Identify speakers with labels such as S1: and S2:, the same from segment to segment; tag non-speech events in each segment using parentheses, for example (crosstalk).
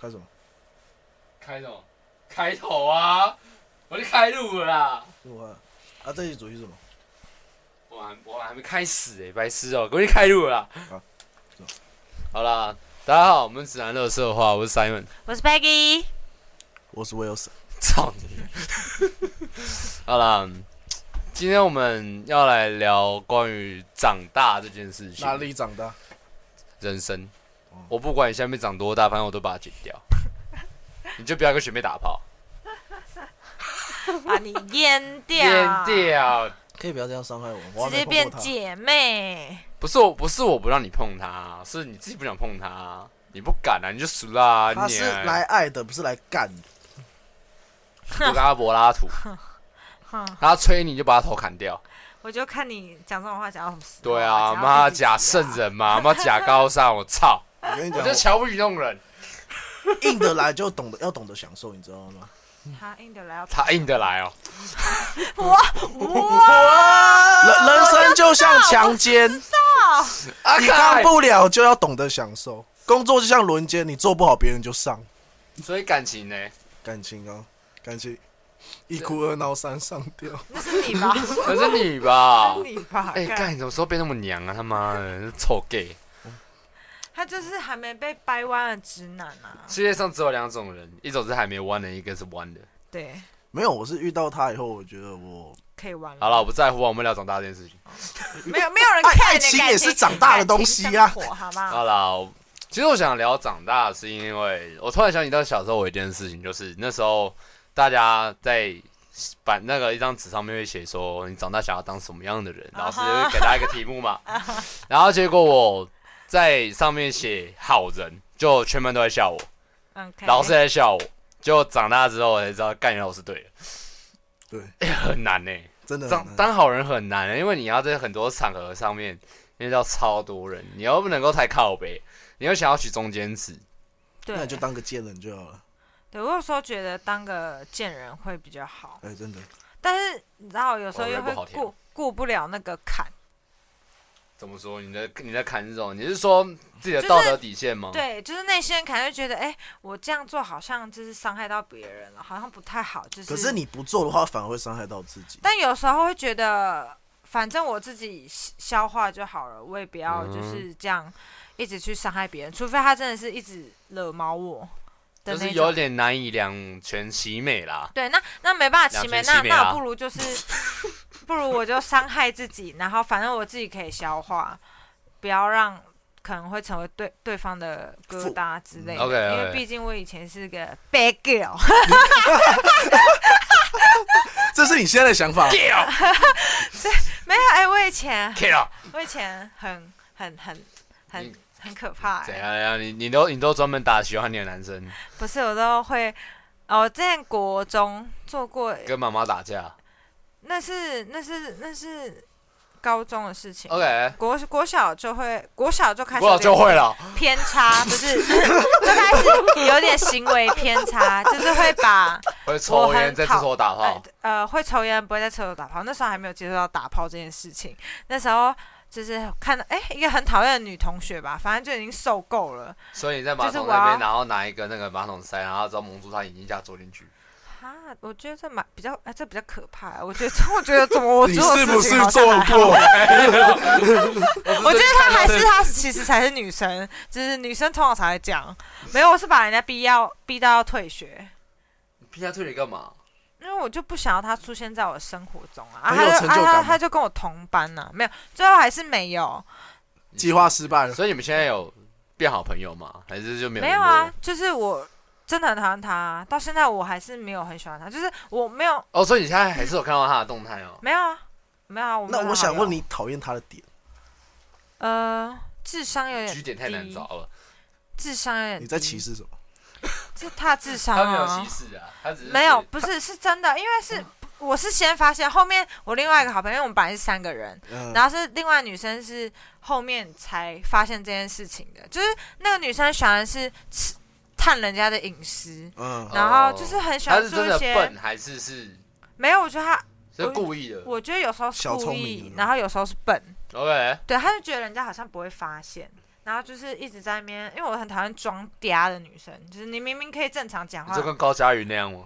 S1: 开什么？
S2: 开什么？开头啊！我就开路了啦。
S1: 我啊，啊，这期主题是什么？
S2: 我还我还没开始哎、白痴哦、我已经开录了啦。
S1: 好
S2: 好啦，大家好，我们指南乐色话，我是 Simon。
S3: 我是 Peggy，
S1: 我是 Wilson。
S2: 操你！好啦，今天我们要来聊关于长大这件事情。
S1: 哪里长啊大？
S2: 人生
S1: 哦，
S2: 我不管你下面长多大，反正我都把它剪
S1: (laughs)
S2: 掉。你就不要跟学妹打炮，
S3: 把你阉掉，
S2: 剪掉。
S1: 可以不要这样伤害我，我还
S3: 直
S1: 没
S3: 接
S1: 碰过
S3: 变
S1: 他。
S3: 姐妹。
S2: 不是我，不是我不让你碰它，是你自己不想碰它，你不敢啊，你就输啦、
S1: 他
S2: 你
S1: 是来爱的，不是来干的。
S2: 我阿柏拉图，
S3: 哼，
S2: 他吹你就把他头砍掉。
S3: 我就看你讲这种话讲到什么时候
S2: 对啊，妈假圣，人嘛，妈假高尚，我操，
S1: 我跟你
S2: 我
S1: 讲
S2: 就，瞧不起这种人。
S1: 硬的来就懂得要懂得享受，你知道
S3: (laughs)
S1: 吗？
S3: 讲自己啊他硬的来要
S2: 他硬得来哦，
S3: 啊
S1: 人人生就像强奸，
S2: 阿
S1: 你干
S2: 凯。
S1: 不了就要懂得享受。工作就像轮奸，你做不好别人就上。
S2: 所以感情呢？
S1: 感情哦，感情一哭二闹三上吊。
S3: 那
S1: (laughs)
S3: 是你吧？
S2: 可是你吧
S3: 是，你吧？
S2: 哎，
S3: 干
S2: 干你什么时候变那么娘啊？他妈的，臭 gay！
S3: 他就是还没被掰弯的直男啊。
S2: 世界上只有两种人，一种是还没弯的，一个是弯的。
S3: 对，
S1: 没有，我是遇到他以后，我觉得我
S3: 可以弯了。
S2: 好了，我不在乎啊，我们聊长大这件事情。
S3: 没有没有人
S1: 爱
S3: 看
S1: 爱
S3: 你的
S1: 情
S3: 感
S1: 也是长大的东西啊
S3: 感情生活好吗？
S2: 好啦，我其实我想聊长大，是因为我突然想起到小时候我一件事情，就是那时候大家在板那个一张纸上面会写说你长大想要当什么样的人，老师会给大家一个题目嘛，然后结果我在上面写好人，就全班都在笑我，
S3: 嗯，可以
S2: 老师也在笑我，就长大之后我才知道干你老师对了，
S1: 对，
S2: 很难呢、欸
S1: 真的
S2: 当
S1: 很难
S2: 当好人很难，欸因为你要在很多场合上面遇到超多人，你又不能够太靠北，你又想要取中间值，
S1: 那你就
S3: 对，
S1: 当个贱人就好了。
S3: 对我有时候觉得当个贱人会比较好。
S1: 哎，真的，
S3: 但是你知道，有
S1: 哦
S3: 时候又会
S1: 啊
S2: 我的胃不好
S3: 过过不了那个坎。
S2: 怎么说？你的你在砍这种，你是说自己的道德底线吗？
S3: 对，就是那些人可能就觉得，哎、我这样做好像就是伤害到别人了，好像不太好。就是，
S1: 可是，你不做的话，反而会伤害到自己。
S3: 但有时候会觉得，反正我自己消消化就好了，我也不要
S2: 嗯
S3: 就是这样一直去伤害别人，除非他真的是一直惹毛我的
S2: 就
S3: 那
S2: 是
S3: 种。
S2: 有点难以两全其美
S3: (laughs)
S2: 啦。
S3: 对，那那没办法
S2: 两
S3: 齐美，
S2: 全
S3: 那
S2: 其美
S3: 那
S2: 啊
S3: 我不如就是，不如我就伤害自己，然后反正我自己可以消化，不要让可能会成为对对方的疙
S1: 负
S3: 瘩之类的。
S2: OK，OK，
S3: 因为毕竟我以前是个 bad girl， (laughs)
S1: 这是你现在的想法
S2: kill
S3: 没有哎、我以前
S2: kill
S3: 我以前很很很很
S2: 你
S3: 很可怕、
S2: 怎
S3: 欸，
S2: 样怎样？你你都你都专门打喜欢你的男生，
S3: 不是我都会。哦，我之前国中做过，
S2: 跟妈妈打架。
S3: 那是那是那是高中的事情。
S2: OK，
S3: 国国小就会，国小就开始
S2: 我
S3: 有
S2: 早
S3: 点
S2: 就会了。
S3: 偏差，不是， (laughs) 就开始有点行为偏差，就是会把
S2: 会抽
S3: 我很
S2: 烟，在厕所打
S1: 哦
S3: 呃
S2: 炮。
S3: 呃会抽烟，不会在厕所打炮。那时候还没有接触到打炮这件事情，那时候就是看到哎、一个很讨厌的女同学吧，反正就已经受够了
S2: 所以你在马
S3: 就是
S2: 桶
S3: 我
S2: 那
S3: 要
S2: 边，然后拿一个那个马桶塞，然后只要蒙住他眼睛，这样走进去。
S3: 啊。我觉得这蛮比较哎、这比较可怕。我觉得 (laughs) 我觉得怎么我
S1: 你
S3: 做的
S1: 是不
S3: 事情
S1: 是
S3: 好像
S1: 做
S3: 还好
S1: 过？
S2: 我
S3: 我觉得她还是
S2: 他
S3: 她其实才是女生，就是女生通常才会这样。没有，我是把人家逼要逼到要退学。
S2: 劈他腿里干嘛？
S3: 因为我就不想要他出现在我生活中啊，啊
S1: 很有
S3: 他就
S1: 成就
S3: 啊
S1: 感
S3: 他
S1: 吗
S3: 他就跟我同班呐、没有，最后还是没有，
S1: (laughs) 计划失败了，
S2: 所以你们现在有变好朋友吗？还是就没有？
S3: 没有啊，。就是我真的很讨厌他啊，到现在我还是没有很喜欢他，就是我没有
S2: 哦，所以你现在还是有看到他的动态哦。
S3: 没有啊，没有啊，我没有
S1: 那
S3: 很
S1: 我
S3: 好
S1: 想
S3: 友
S1: 问，你讨厌他的点，
S3: 呃，智商有点
S2: 据点太难
S3: 低
S2: 找，了，
S3: 智商有点低，
S1: 你在歧视什么？
S3: 这他智商
S2: 他没有
S3: 啊
S2: 歧，视啊，他只是
S3: 没有，不是是真的，因为是我是先发现，后面我另外一个好朋友，因为我们本来是三个人，
S1: 嗯，
S3: 然后是另外女生是后面才发现这件事情的，就是那个女生喜欢是吃探人家的隐私，
S1: 嗯，
S3: 然后就是很喜
S2: 他
S3: 欢
S2: 哦是
S3: 做
S2: 真
S3: 一
S2: 的
S3: 些
S2: 笨还是是
S3: 没有，我觉得她，
S2: 是故意的
S3: 我觉得有时候是
S1: 小
S3: 故
S1: 聪明
S3: 意
S1: 的，
S3: 然后有时候是笨，
S2: ？OK，
S3: 对，她就觉得人家好像不会发现，然后就是一直在那边，因为我很讨厌装嗲的女生，就是你明明可以正常讲
S2: 你
S3: 话
S2: 就。跟高佳瑜那样吗？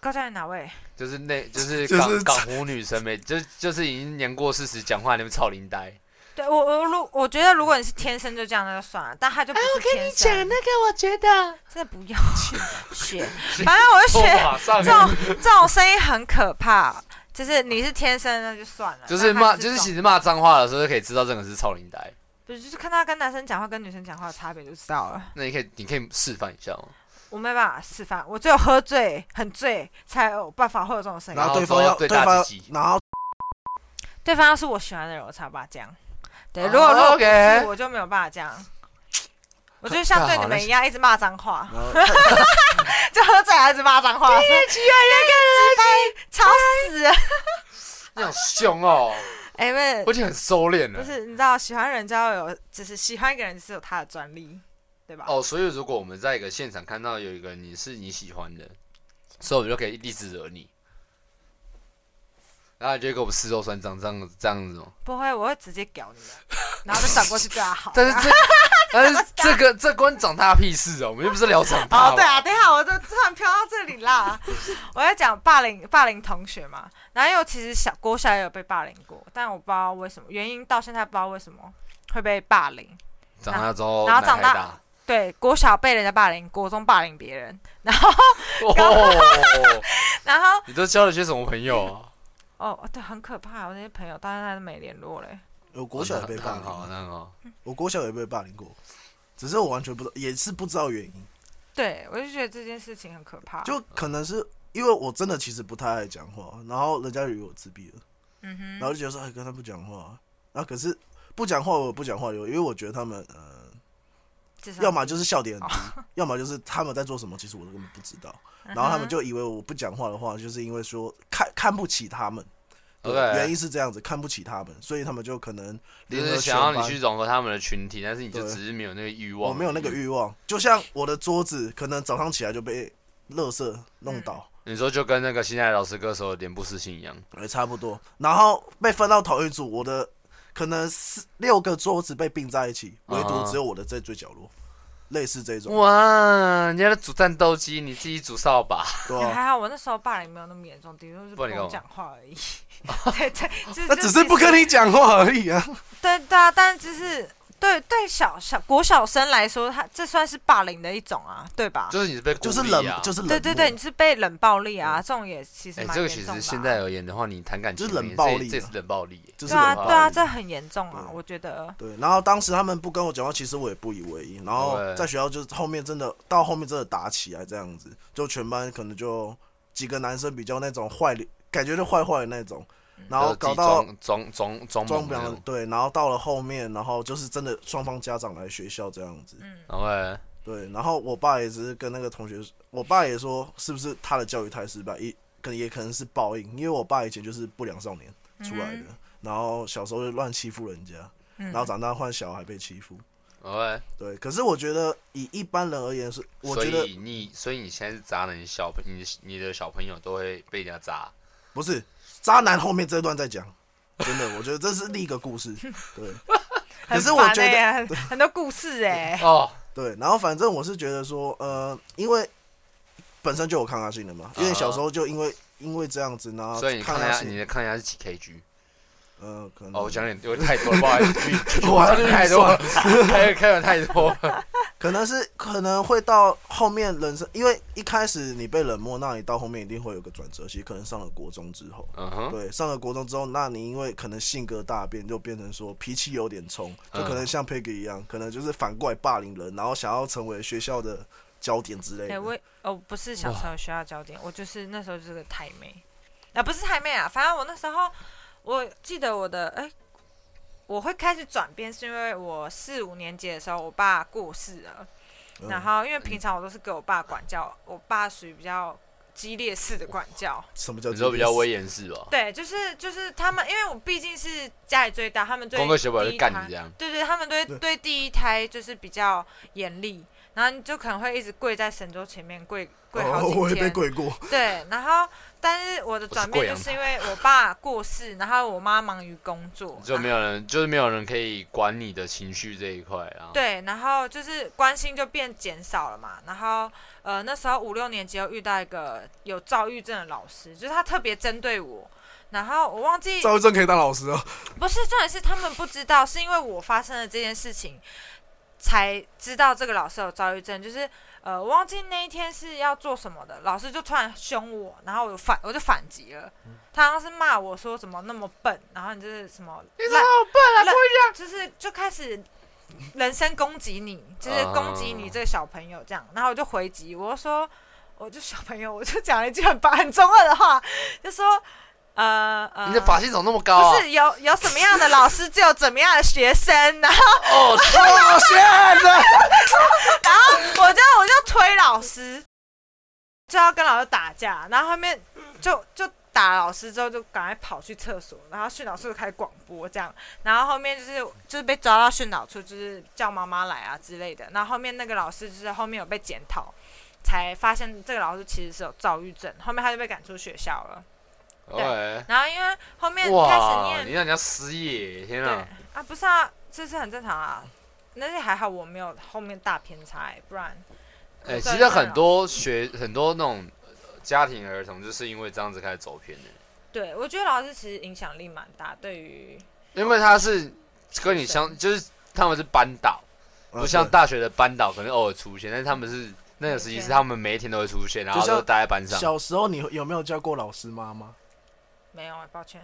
S3: 高嘉宇哪位？
S2: 就是那， (laughs) 就是
S1: 就
S2: 港、
S1: 是
S2: 港湖女生没， (laughs) 就就是已经年过四十，讲话那边超龄 (laughs) 呆。
S3: 对我我如我觉得如果你是天生就这样那就算了，但他
S2: 啊
S3: 就不是天生。
S2: 个，我觉得
S3: 真的不
S2: (laughs)
S3: 要 (laughs) 学，反正我就
S2: 我
S3: 学
S2: 马 (laughs) 上
S3: 这 (laughs) 种这种声音很可怕，就是你是天生那就算了，
S2: 就是
S3: 但他
S2: 骂，
S3: 这
S2: 就是
S3: 种
S2: 其实骂脏话的时候就可以知道这个人是超龄呆。
S3: 不是就是看他跟男生讲话跟女生讲话的差别就知道了。
S2: 那你可以，你可以示范一下吗？
S3: 我没办法示范，我只有喝醉很醉才有办法会有这种声音
S1: 然。后对
S2: 然
S1: 方
S2: 后
S1: 要
S2: 对大
S1: 方
S2: 鸡鸡，
S1: 然
S3: (laughs)
S1: 后
S3: 对方要是我喜欢的人，我才有办法这样。对，如果如果不
S2: 哦啊 OK
S3: 是，我就没有办法这样。我就像对你们一样，一直骂脏话， (laughs)
S1: 然后 (laughs) 看
S3: 就喝醉还一直骂脏话，吵死了！
S2: 你好凶哦！
S3: 哎，不是
S2: 我已经很收敛
S3: 不
S2: 了。
S3: 是，你知道喜欢人就要有，就是喜欢一个人是有他的专利，对吧？
S2: 哦，所以如果我们在一个现场看到有一个你是你喜欢的，所以我们就可以一直惹你，然后你就会给我们四周酸胀这样这样子哦。。
S3: 不会，我会直接屌你们， (laughs) 然后就转过去对他好
S1: (laughs) 啊
S2: 但
S3: (laughs)
S2: 是这，但是这个这关长大屁事哦，我们又不是聊长大。
S3: 哦，对啊，，等一下，我都突然飘到这里
S1: (laughs)
S3: 啦。我在讲霸凌霸凌同学嘛，然后因为我其实小国小也有被霸凌过，但我不知道为什么，原因到现在不知道为什么会被霸凌。
S2: 长大之后，
S3: 然后长
S2: 奶还
S3: 大对，国小被人家霸凌，国中霸凌别人，然后
S2: 大哦，
S3: 然后
S2: 你都交了些什么朋友啊？
S3: 哦，对，很可怕，我那些朋友到现在都没联络嘞。
S1: 我国小也被霸
S2: 哦那很好，
S1: 凌，
S2: 那很好。哦
S1: 我国小也被霸凌过，只是我完全不知道，也是不知道原因，
S3: 对，我就觉得这件事情很可
S2: 啊
S3: 怕。
S1: 就可能是因为我真的其实不太爱讲话，然后人家以为我自闭了，
S3: 嗯哼
S1: 然，后就觉得说哎跟他不讲话，然后可是不讲话我不讲话因为我觉得他们呃，
S3: 至少
S1: 要么就是笑点很低，要么就是他们在做什么，其实我都根本不知道，
S3: 嗯
S1: 然后他们就以为我不讲话的话，就是因为说看看不起他们。对
S2: OK
S1: 原因是这样子，看不起他们，所以他们就可能
S2: 就
S1: 联合
S2: 是
S1: 全
S2: 想要
S1: 班。
S2: 你去融合他们的群体，但是你就
S1: 对
S2: 只是没有那个欲望。嗯
S1: 我没有那个。欲望，就像我的桌子，可能早上起来就被垃圾弄倒，
S2: 你说就跟那个现在老师歌手的脸部事情一样，
S1: 也差不多。然后被分到同一组，我的可能四六个桌子被并在一起，唯独
S2: 啊
S1: 只有我的在最角落，类似这种，
S2: 哇，人家在煮战斗机，你自己煮扫把。
S1: (laughs) 对啊
S3: 也
S1: 吧、
S3: 还好，我那时候霸凌没有那么严重，顶多就是
S2: 不然你
S3: 跟我
S2: 干
S3: 讲话而已。 (laughs) 对对，这
S1: 哦那只是不跟。你讲话而已啊。
S3: 对对啊，但就是对对小小国小生来说，他这算是霸凌的一种啊，对吧？
S2: 就是你是被鼓
S1: 就是
S2: 励
S1: 冷
S2: 啊，，
S1: 就是冷漠，嗯
S3: 对对对，你是被冷暴力啊，这种也其实
S2: 哎、
S3: 蛮
S2: 这
S3: 严
S2: 个
S3: 重
S2: 其
S3: 的
S2: 实
S3: 啊。
S2: 现在而言的话，你谈感情
S1: 就是冷
S2: 也
S1: 暴
S2: 这
S1: 力
S2: 这也
S1: 啊
S2: 是冷暴力耶。
S1: 就是
S3: 对啊
S1: 冷暴
S3: 对啊，
S1: 力
S3: 这很严重啊，
S1: 对
S3: 我觉得。
S1: 对，然后当时他们不跟我讲话，其实我也不以为意。然后
S2: 对
S1: 在学校就是后面真的到后面真的打起来这样子，就全班可能就几个男生比较那种坏脸，感觉就坏坏的那种，
S2: 嗯
S1: 然后搞到
S2: 就是自己装装装装
S1: 装
S2: 猛
S1: 不
S2: 的那
S1: 了
S2: 种，
S1: 对，然后到了后面，然后就是真的双方家长来学校这样子，
S3: 嗯
S2: 然后嘞
S1: 对，然后我爸也只是跟那个同学，我爸也说是不是他的教育太失败，也可能也可能是报应，因为我爸以前就是不良少年出来的，然后小时候就乱欺负人家，
S3: 嗯
S1: 然后长大换小孩被欺负。
S2: 然后嘞
S1: 对，可是我觉得以一般人而言是，我
S2: 所
S1: 觉得
S2: 以你所以你现在是渣男，小朋你你的小朋友都会被人家渣。
S1: 不是渣男后面这段再讲，真的，我觉得这是另一个故事。对可是
S3: 很
S1: 我
S3: 烦
S1: 觉得
S3: 欸
S1: (laughs)
S3: 很很多故事哎，
S2: 哦，
S1: 对，然后反正我是觉得说，呃，因为本身就有抗压性的嘛，因为小时候就因为因为这样子呢，然后
S2: 啊所以你看
S1: 抗
S2: 一
S1: 压
S2: 下你
S1: 性，
S2: 的看一下是几 kg？
S1: 呃，可能
S2: 哦，我讲点有点太多了，不好意
S1: (laughs)
S2: 思，
S1: 我还
S2: 讲得太多了， (laughs) 开开的太多了。
S1: 可能是可能会到后面人生，因为一开始你被冷漠，那你到后面一定会有个转折期，可能上了国中之后。
S2: 嗯哼，
S1: 对，上了国中之后，那你因为可能性格大变，就变成说
S2: 嗯
S1: 脾气有点冲，就可能像 Peggy 一样，可能就是反过来霸凌人，然后想要成为学校的焦点之类
S3: 哎，
S1: 的。
S3: 我也哦不是小时候学校焦点，我就是那时候就是个台妹，啊不是台妹啊，反正我那时候我记得我的哎、我会开始转变是因为我四五年级的时候我爸过世了，
S1: 嗯
S3: 然后因为平常我都是给我爸管教，我爸属于比较激烈式的管教，
S1: 什么叫
S2: 你说比较
S1: 威？
S2: 威严是吧？
S3: 对，就是就是他们，因为我毕竟是家里最大，他们对
S2: 光哥小宝
S3: 第
S2: 就
S3: 一
S2: 干
S3: 胎
S2: 你这样。
S3: 对对，他们对
S1: 对
S3: 对第一胎就是比较严厉，然后你就可能会一直跪在神桌前面跪跪好
S1: 哦，我
S3: 几
S1: 也被
S3: 天。
S1: 跪过，
S3: 对，然后但是啊我的转变就是因为我爸过世，然后我妈忙于工作，
S2: 就没
S3: 有
S2: 有人，就是没有人可以管你的情绪这一块啊。，
S3: 对，然后就是关心就变减少了嘛。然后呃，那时候五六年级又遇到一个有躁郁症的老师，就是他特别针对我。然后我忘记
S1: 赵玉正可以当老师哦。
S3: 不是重点是他们不知道，是因为我发生了这件事情，才知道这个老师有躁郁症。就是呃，我忘记那一天是要做什么的，老师就突然凶我，然后我反我就反击了。他好像是骂我说怎么那么笨，然后你就是什么
S2: 你怎么
S3: 烂，
S2: 好笨啊，
S3: 烂
S2: 故意
S3: 就是就开始人身攻击你，就是攻击你这个小朋友这样。然后我就回击，我就说我就小朋友，我就讲了一句很白很中二的话，就说呃呃，
S2: 让你的发型怎么那么高
S3: 不
S2: 啊？
S3: 是有有什么样的老师，就有怎么样的学生，然后
S2: 哦，
S1: 哦，现在
S3: (laughs) 我就我就推老师，就要跟老师打架，然后后面就就打老师之后，就赶快跑去厕所，然后训导处就开始广播这样，然后后面就是就是被抓到训导处，就是叫妈妈来啊之类的，然后后面那个老师就是后面有被检讨，才发现这个老师其实是有躁郁症，后面他就被赶出学校了，
S2: 对，
S3: 然后因为后面开始
S2: 哇，
S3: 念
S2: 你让人家失业，天
S3: 对
S2: 啊！
S3: 啊，不是啊，这是很正常啊。但是还好我没有后面大偏差、欸，不然
S2: 哎、
S3: 我
S2: 其
S3: 在
S2: 实
S3: 那
S2: 很
S3: 啊
S2: 多学很多那种呃家庭儿童就是因为这样子开始走偏的，
S3: 对我觉得老师其实影响力蛮大，对于
S2: 因为他是跟你
S3: 哦
S2: 相，就是他们是班导，
S1: 哦
S2: 不
S1: 啊
S2: 像大学的班导可能偶尔出现，但是他们是那个时期是他们每一天都会出现，然后
S1: 像
S2: 都待在班上。
S1: 小时候你有没有叫过老师妈妈？
S3: 没有、欸，抱歉，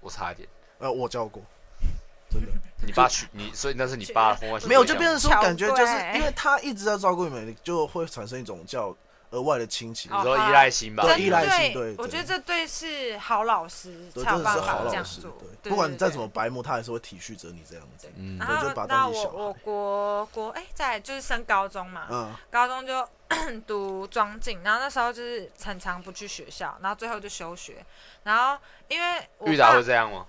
S2: 我差一点，
S1: 呃，我叫过，真的
S2: 你爸去你，所以那是你
S3: 去
S2: 爸的婚外情
S1: 没有，就
S2: 对象
S1: 变成说
S3: 小
S1: 感觉就是
S3: 鬼
S1: 因为他一直在照顾你们，就会产生一种叫额外的亲情。
S3: 哦
S2: 你说依赖心吧，
S1: 对
S3: 真
S1: 依赖性对
S3: 对我
S1: 对
S3: 觉得这对是好老师
S1: 对，
S3: 才
S1: 真的
S3: 有办
S1: 是
S3: 法
S1: 好
S3: 这
S1: 老
S3: 样
S1: 师
S3: 做，。
S1: 对，不管你再怎么白目，他还是会体恤着你这样子。
S2: 嗯
S3: 然
S1: 我就
S3: 后
S1: 把他
S3: 那
S1: 当成
S3: 我
S1: 小孩
S3: 我国国哎、再来就是升高中嘛，
S1: 嗯，
S3: 高中就读庄敬，然后那时候就是很常不去学校，然后最后就休学，然后因为我
S2: 玉达
S3: 爸
S2: 会这样吗？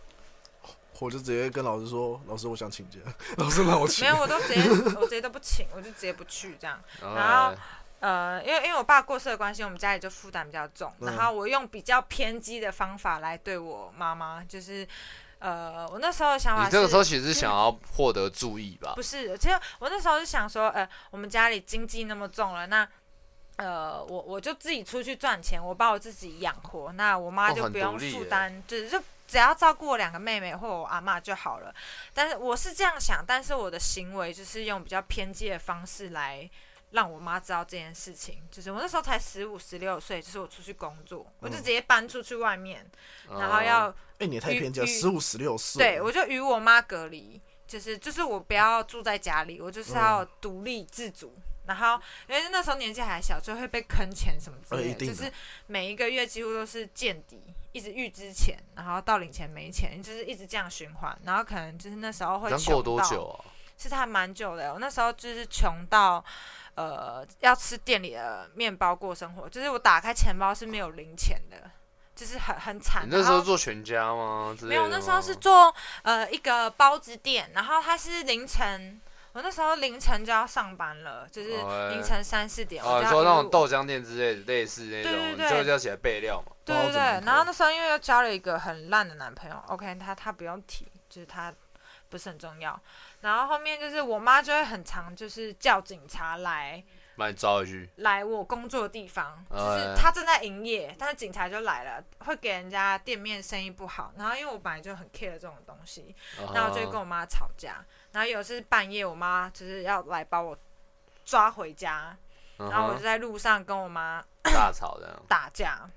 S1: 我就直接跟老师说，老师我想请假，老师让我请
S3: 没。有，我都直接 (laughs) 我直接都不请，我就直接不去这样。
S2: 然后
S3: 呃，因为因为我爸过世的关系，我们家里就负担比较重，
S1: 嗯
S3: 然后我用比较偏激的方法来对我妈妈，就是呃，我那时候的想法
S2: 你
S3: 是，
S2: 这个时候其实是想要获得注意吧
S3: 不？是，其实我那时候是想说，呃，我们家里经济那么重了，那。呃，我我就自己出去赚钱，我把我自己养活，那我妈
S2: 哦
S3: 就
S2: 很
S3: 不用
S2: 独立
S3: 负
S2: 耶
S3: 担，就是就只要照顾我两个妹妹或我阿妈就好了。但是我是这样想，但是我的行为就是用比较偏激的方式来让我妈知道这件事情。就是我那时候才十五十六岁，就是我出去工作，
S2: 嗯
S3: 我就直接搬出去外面，然
S2: 哦
S3: 后要
S1: 哎，你也太偏激了，
S3: 与与
S1: 十五十六岁。
S3: 对，我就与我妈隔离，就是就是我不要住在家里，我就是要
S2: 嗯
S3: 独立自主。然后因为那时候年纪还小，就会被坑钱什么之
S1: 呃
S3: 类
S1: 一
S3: 的，
S1: 定
S3: 就
S1: 的
S3: 是每一个月几乎都是见底，一直预支钱，然后到领钱没钱，就是一直这样循环。然后可能就是那时候会
S2: 能
S3: 穷
S2: 过多
S3: 到
S2: 久啊？
S3: 是他蛮久的。我那时候就是穷到，呃，要吃店里的面包过生活，就是我打开钱包是没有零钱的，就是很很惨。
S2: 你那时
S3: 然
S2: 候
S3: 后
S2: 做全家吗？之类
S3: 没有，
S2: 的
S3: 那时候
S2: 吗
S3: 是做呃一个包子店，然后它是凌晨，我那时候凌晨就要上班了，就是
S2: 哦哎
S3: 凌晨三四点，
S2: 哦，
S3: 我
S2: 你
S3: 就
S2: 说
S3: 要
S2: 那
S3: 一
S2: 种
S3: 路
S2: 豆浆店之类的，类似那
S3: 对对
S2: 种，你
S3: 对
S2: 就是要起来备料嘛。
S3: 对
S1: 包
S3: 对
S1: 子
S3: 对
S1: 门，口
S3: 然后那时候因为又交了一个很烂的男朋友，OK，他他不用提，就是他不是很重要。然后后面就是我妈就会很常就是叫警察来
S2: 把你招回去，
S3: 来我工作的地方，就
S2: 哦
S3: 是
S2: 哎
S3: 他正在营业，但是警察就来了，会给人家店面生意不好。然后因为我本来就很 care 这种东西，然后我就会跟
S2: 我
S3: 我妈吵架，然后有一次半夜我妈就是要来把我抓回家，然后我就在路上跟我妈
S2: 嗯 (laughs) 大吵这样。
S3: 打架，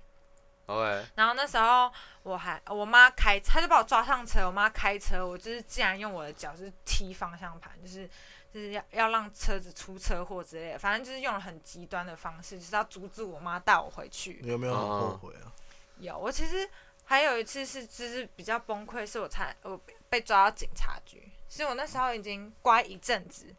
S2: OK，
S3: 然后那时候我还我妈开，她就把我抓上车，我妈开车，我就是竟然用我的脚就是踢方向盘，就是就是要要让车子出车祸之类的，反正就是用了很极端的方式，就是要阻止我妈带我回去。
S1: 你有没有很后
S2: 哦
S1: 悔啊？
S3: 有，我其实还有一次是就是比较崩溃，是我才我被抓到警察局，是我那时候已经乖一阵子，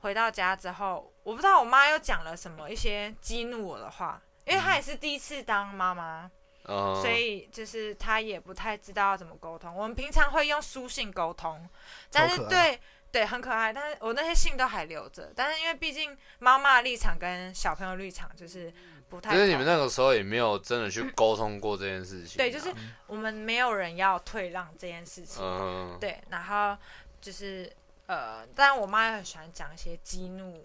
S3: 回到家之后，我不知道我妈又讲了什么一些激怒我的话，因为她也是第一次当妈妈，
S2: 嗯，
S3: 所以就是她也不太知道要怎么沟通。我们平常会用书信沟通，但
S1: 超
S3: 是
S1: 可爱
S3: 对对，很可爱。但是我那些信都还留着，但是因为毕竟妈妈的立场跟小朋友立场就是不太
S2: 可
S3: 同。
S2: 是你们那个时候也没有真的去沟通过这件事情、啊
S3: 对，就是我们没有人要退让这件事情。
S2: 嗯，
S3: 对，然后就是呃，当然我妈也很喜欢讲一些激怒，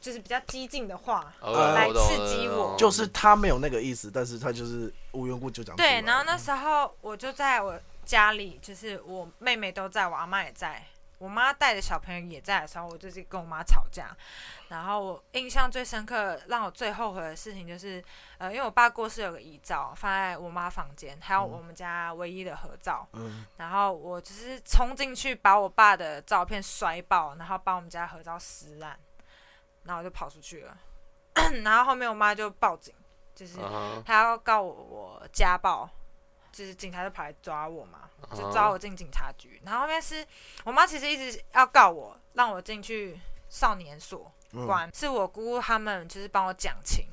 S3: 就是比较激进的话。
S2: 来
S3: 来刺激
S2: 嗯哦
S3: 我
S1: 就是他没有那个意思，但是他就是无缘无故就讲出来
S3: 对，然后那时候我就在我家里，就是我妹妹都在，我阿妈也在，我妈带着小朋友也在的时候，我就是跟我妈吵架。然后我印象最深刻，让我最后悔的事情就是，呃，因为我爸过世有个遗照放在我妈房间，还有我们家唯一的合照。
S1: 嗯，
S3: 然后我就是冲进去把我爸的照片摔爆，然后把我们家合照撕烂，然后我就跑出去了。 (clears throat) 然后后面我妈就报警，就是
S2: 嗯哼
S3: 他要告我我家暴，就是警察就跑来抓我嘛，
S2: 嗯
S3: 就抓我进警察局。然后后面是我妈其实一直要告我，让我进去少年所
S1: 嗯
S3: 关，是我姑姑他们就是帮我讲情，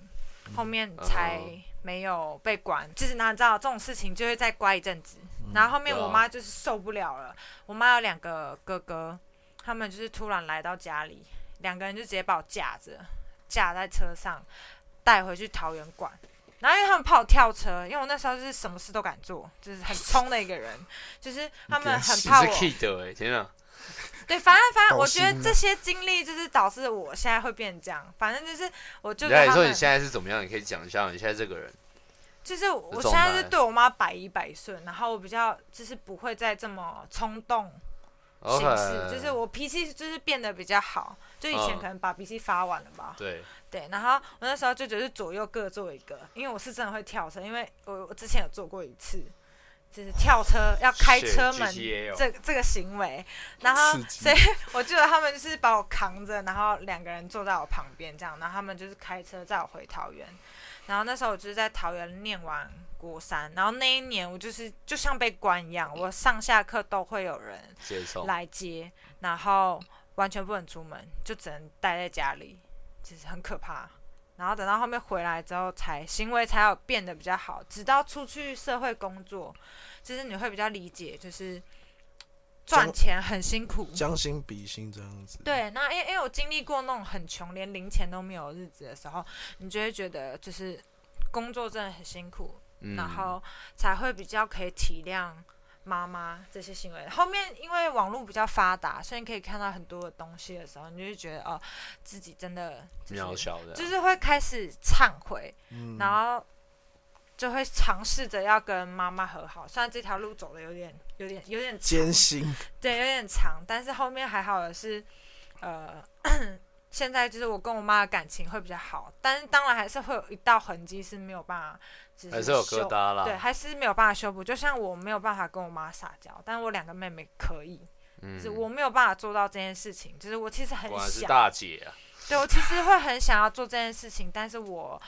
S3: 后面
S2: 嗯
S3: 才没有被关。就是哪知道这种事情就会再乖一阵子，然后后面
S2: 对啊
S3: 我妈就是受不了了，我妈有两个哥哥，他们就是突然来到家里，两个人就直接把我架着，架在车上带回去桃园馆。然后因为他们怕我跳车，因为我那时候就是什么事都敢做，就是很冲的一个人，就是他们很怕
S2: 你
S3: 我
S2: 是。kid 哎、天啊，
S3: 对，反正反正我
S1: 导师
S3: 觉
S1: 呢
S3: 得这些经历就是导致我现在会变这样。反正就是我就
S2: 你
S3: 跟
S2: 来
S3: 他
S2: 说
S3: 们
S2: 你现在是怎么样？你可以讲一下你现在这个人。
S3: 就是我
S2: 这种
S3: 现
S2: 的
S3: 在
S2: 欸
S3: 是对我妈百依百顺，然后我比较就是不会再这么冲动
S2: OK，
S3: 行事，就是我脾气就是变得比较好，就以前
S2: 嗯
S3: 可能把脾气发完了吧。
S2: 对，
S3: 对，然后我那时候就觉得左右各做一个，因为我是真的会跳车，因为我我之前有做过一次，就是跳车要开
S2: Shit，
S3: 车门
S2: GTA 哦
S3: 这这个行为，然后
S1: 刺激
S3: 所以我记得他们就是把我扛着，然后两个人坐在我旁边这样，然后他们就是开车载我回桃园，然后那时候我就是在桃园念完国三，然后那一年我就是就像被关一样，我上下课都会有人
S2: 接受。
S3: 来接，然后完全不能出门，就只能待在家里，其实很可怕。然后等到后面回来之后才，行为才有变得比较好。直到出去社会工作，就是你会比较理解，就是赚钱很辛苦。
S1: 将心比心这样子，
S3: 对，那因为因为我经历过那种很穷，连零钱都没有日子的时候，你就会觉得就是工作真的很辛苦，
S2: 嗯
S3: 然后才会比较可以体谅妈妈这些行为。后面因为网络比较发达，所以你可以看到很多的东西的时候，你就会觉得哦，自己真的
S2: 渺
S3: 就是
S2: 小的，
S3: 就是会开始忏悔，
S1: 嗯，
S3: 然后就会尝试着要跟妈妈和好。虽然这条路走的有点有点有点长
S1: 艰辛，
S3: 对，有点长，但是后面还好的是，呃， (clears throat) 现在就是我跟我妈的感情会比较好，但是当然还是会有一道痕迹是没有办法，就
S2: 还是有疙
S3: 修
S2: 瘩啦。
S3: 对，还是没有办法修补。就像我没有办法跟我妈撒娇，但我两个妹妹可以，
S2: 嗯
S3: 就是我没有办法做到这件事情。就是我其实很
S2: 果然是
S3: 想，
S2: 大姐啊，
S3: 对我其实会很想要做这件事情，但是我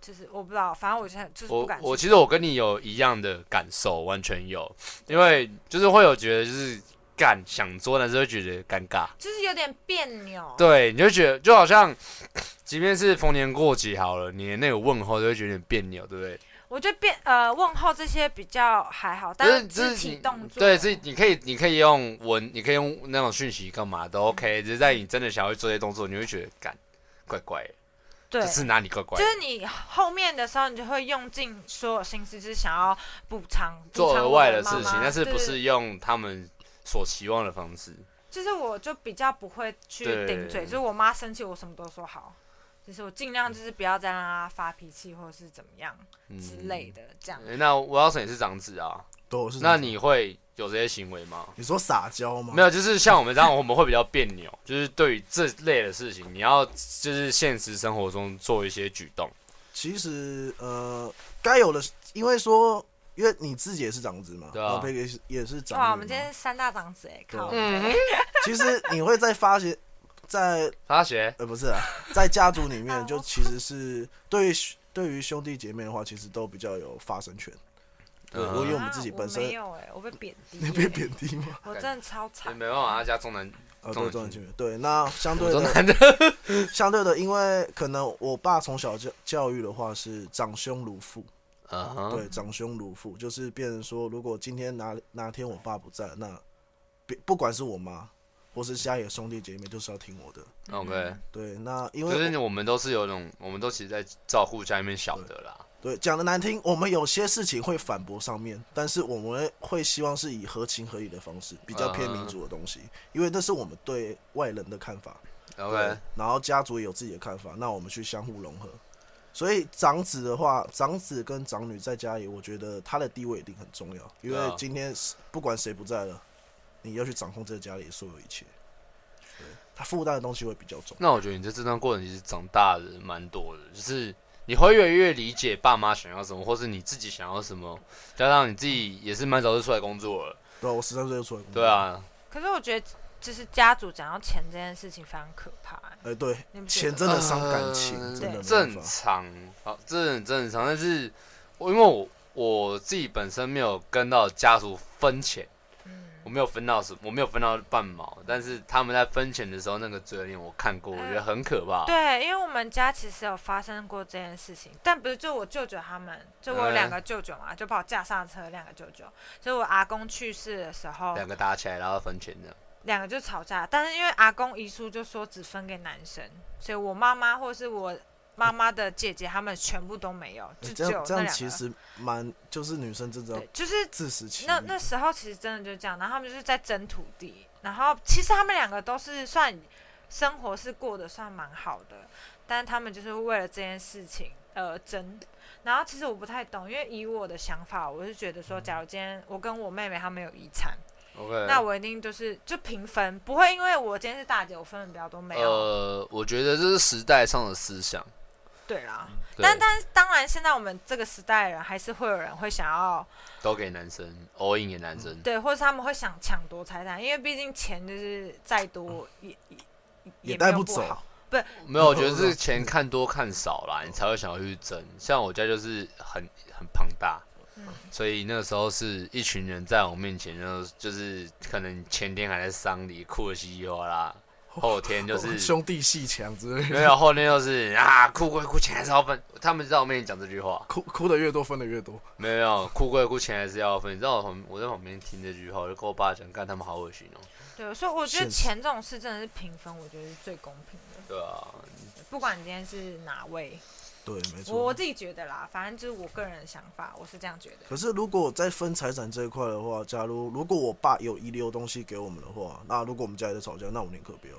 S3: 就是我不知道，反正我就很就是不
S2: 我
S3: 敢
S2: 我
S3: 去
S2: 其实我跟你有一样的感受，完全有，因为就是会有觉得就是干想做，但是会觉得尴尬。
S3: 就是有点别扭。
S2: 对，你就觉得就好像， (coughs) 即便是逢年过节好了，你的那个问候都会觉得有点别扭，对不对？
S3: 我觉得变呃问候这些比较还好，但
S2: 但
S3: 是
S2: 是这
S3: 肢
S2: 是
S3: 体
S2: 你
S3: 动作
S2: 对，是你可以，你可以用文，你可以用那种讯息干
S3: 嗯
S2: 嘛都 OK，只是在你真的想要做这些动作，你会觉得干怪怪的，
S3: 对
S2: 就是哪里怪怪的
S3: 就。是你后面的时候，你就会用尽所有心思，就是想要补偿
S2: 做额外的事情，但
S3: 但
S2: 是不是用他们所期望的方式？
S3: 就是我就比较不会去
S2: 对
S3: 顶嘴，就是我妈生气，我什么都说好，就是我尽量就是不要再让她发脾气或者是怎么样
S1: 嗯
S3: 之类的，这
S1: 哎
S3: 样。
S2: 嗯诶那我要是你是长子啊，
S1: 对，我是
S2: 那你会有这些行为吗？
S1: 你说撒娇吗？
S2: 没有，就是像我们这样，我们会比较别扭，就是对于这类的事情，你要就是现实生活中做一些举动。
S1: 其实呃，该有的，因为说，因为你自己也是长子嘛，
S2: 对啊
S1: 然后贝克也是长女嘛。
S3: 啊哇，我们今天三大长子哎，
S1: 对啊
S3: 靠！
S2: 嗯，
S1: 其实你会在发现，在
S2: 他学
S1: 呃不是啊，在家族里
S3: 好
S1: 面，就其实是对于对于兄弟姐妹的话，其实都比较有发声权。对，
S2: 嗯
S1: 我因为我
S3: 啊
S1: 们自己本
S3: 我没
S1: 身
S3: 有哎，我被
S1: (laughs)
S3: 贬低，欸
S1: 你被，贬低嘛，
S3: 我真的超
S2: 也
S3: 惨，
S2: 没办法，他啊家中南
S1: 呃，
S2: 重
S1: 对，
S2: 男
S1: 重男
S2: 轻
S1: 轻女。对，那相对
S2: 中
S1: 的，
S2: 南的， (laughs)
S1: 相对的，因为可能我爸从小教教育的话是长兄如父，
S2: 嗯哼，
S1: 对，长兄如父，就是变成说，如果今天哪哪天我爸不在，那别不管是我妈或是家里的兄弟姐妹，都是要听我的。
S2: OK，
S1: 对，那因为
S2: 就是你我们都是有一种，我们都其实在照顾家里面小的啦。
S1: 对，讲的难听，我们有些事情会反驳上面，但是我们会希望是以合情合理的方式，比
S2: 啊
S1: 较偏民主的东西，因为那是我们对外人的看法。
S2: OK，
S1: 然后家族也有自己的看法，那我们去相互融合。所以长子的话，长子跟长女在家里，我觉得他的地位一定很重要，因
S2: 对啊
S1: 为今天是不管谁不在了，你要去掌控这个家里所有一切，对他负担的东西会比较重。
S2: 那我觉得你在这段过程其实长大的蛮多的，就是你会越来越理解爸妈想要什么，或是你自己想要什么，加上你自己也是蛮早就出来工作了。
S1: 对啊、我十三岁就出来工作。
S2: 对，啊，
S3: 可是我觉得，就是家族讲到钱这件事情非常可怕、欸，
S1: 哎、对，
S3: 你不觉
S1: 钱
S3: 得
S1: 真的伤感情，
S2: 呃
S1: 真的没
S2: 正
S1: 办法。
S2: 常，好，这很正常。但是我因为我我自己本身没有跟到家族分钱，
S3: 嗯
S2: 我没有分到什么，我没有分到半毛。但是他们在分钱的时候，那个嘴脸我看过，我觉得很可
S1: 哦
S2: 怕。
S3: 嗯对，因为我们家其实有发生过这件事情，但不是就我舅舅他们，就
S1: 哎
S3: 我有两个舅舅嘛，就把我架上车，两个舅舅，所以我阿公去世的时候，
S2: 两个打起来然后分钱的，
S3: 两个就吵架，但是因为阿公遗书就说只分给男生，所以我妈妈或是我妈妈的姐姐他们全部都没有，就
S1: 哎
S3: 只
S1: 这
S3: 有
S1: 样这
S3: 那
S1: 样
S3: 两
S1: 其
S3: 个。
S1: 实蛮，就是女生真的要
S3: 对，就是
S1: 自食其力。
S3: 那那时候其实真的就这样，然后他们就是在争土地，然后其实他们两个都是算生活是过得算蛮好的，但他们就是为了这件事情而争。然后其实我不太懂，因为以我的想法，我是觉得说，假如今天我跟我妹妹她们有遗产，
S2: OK，
S3: 那我一定就是就平分，不会因为我今天是大姐，我分的比较多，没有。
S2: 呃，我觉得这是时代上的思想。
S3: 对啦，
S2: 对
S3: 但但当然，现在我们这个时代的人还是会有人会想要
S2: 都给男生，all in 给男生。
S3: 对，或者是他们会想抢夺财产，因为毕竟钱就是再多也也
S1: 嗯也
S3: 没
S1: 带
S3: 有
S1: 走
S3: 好。
S2: 没有，我觉得是钱看多看少啦，你才会想要去争。像我家就是很很庞大，
S3: 嗯
S2: 所以那个时候是一群人在我面前，然后就是可能前天还在丧礼哭的稀里哗啦，
S3: 哦
S2: 后天就
S1: (laughs)
S2: 是
S1: 兄弟戏强之类的，
S2: 没有，后天又是啊哭归哭，钱还是要分。他们在我面前讲这句话，
S1: 哭哭的越多，分的越多。
S2: 没有没有哭归哭，钱还是要分。你知道我旁我在旁边听这句话，我就跟我爸讲，看他们好恶心哦。
S3: 对，所以我觉得
S1: 现实
S3: 钱这种事真的是平分，我觉得是最公平的，
S2: 对啊，
S3: 不管你今天是哪位，
S1: 对，没
S3: 我我
S1: 错。
S3: 自己觉得啦，反正就是我个人的想法，我是这样觉得。
S1: 可是如果在分财产这一块的话，假如如果我爸有遗留东西给我们的话，那如果我们家里在吵架，那我宁可不要。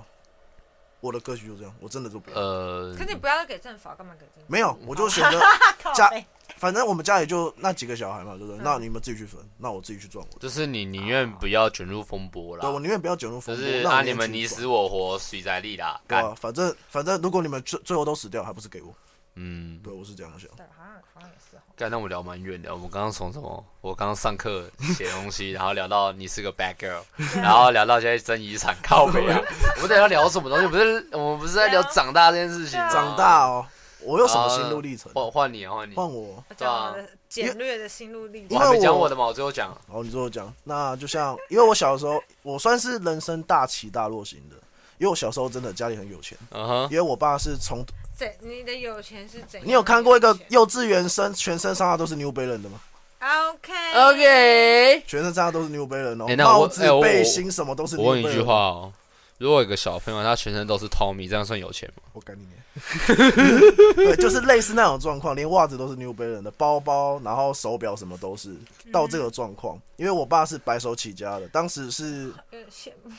S1: 我的格局就这样，我真的就不要。
S2: 呃
S3: 可，是你
S1: 嗯
S3: 不要给政府啊，干嘛给政府？
S1: 没有，
S2: 嗯
S1: 我就选
S2: (laughs)
S1: 择，
S3: 啊，靠
S1: 家
S3: 北
S1: 反正我们家里就那几个小孩嘛，对不对？
S3: 嗯
S1: 那你们自己去分，那我自己去赚我的。
S2: 就是你宁愿不要卷入风波啦。
S1: 对，我宁愿不要卷入
S2: 啊就
S1: 风波，
S2: 是
S1: 让
S2: 啊，
S1: 哦我
S2: 你们
S1: 年轻
S2: 你
S1: 去
S2: 死
S1: 赚
S2: 我活，谁在力啦？
S1: 对
S2: 干，
S1: 啊，反正反正，如果你们最最后都死掉，还不是给我？
S2: 嗯，
S1: 对，我是这样想。
S3: 对，好像好像也是哦。
S2: 干，那我们聊蛮远的。我们刚刚从什么？我刚刚上课写东西，然后聊到你是个 bad
S3: (laughs)
S2: girl，然
S3: 啊
S2: 后聊到现在争遗产靠北啊。我们等一下聊什么东西？不是我们不是在聊
S3: 对啊啊
S2: 长大这件事情吗？
S1: 长大哦，我有什么心路历程？
S2: 换换你啊，换你。
S1: 换我。
S3: 我讲我的简略的心路历
S2: 我
S1: 因，
S3: 程
S2: 还
S1: 为
S2: 没讲
S1: 我
S2: 我的嘛，我最后
S1: (laughs)
S2: 讲。
S1: 好，你最后讲，那就像，因为我小时候，我算是人生大起大落型的，因为我小时候真的家里很有钱，
S2: 嗯哼，
S1: 因为我爸是从，
S3: 怎你的有钱是怎样的有钱？
S1: 你有看过一个幼稚园生全身上下都是 New Balance 的吗？
S3: OK
S2: OK。
S1: 全身上下都是 New Balance，
S2: 哎
S1: 然
S2: 那
S1: 后
S2: 我
S1: 帽子
S2: 哎、我
S1: 背心什么都是 New
S2: 我
S1: Balance。
S2: 问一句话，哦，如果有个小朋友他全身都是 Tommy，这样算有钱吗？
S1: 我干你娘！对，就是类似那种状况，连袜子都是 New Balance 的，包包，然后手表什么都是到这个状况。因为我爸是白手起家的，当时是 (laughs)
S3: 有点羡慕，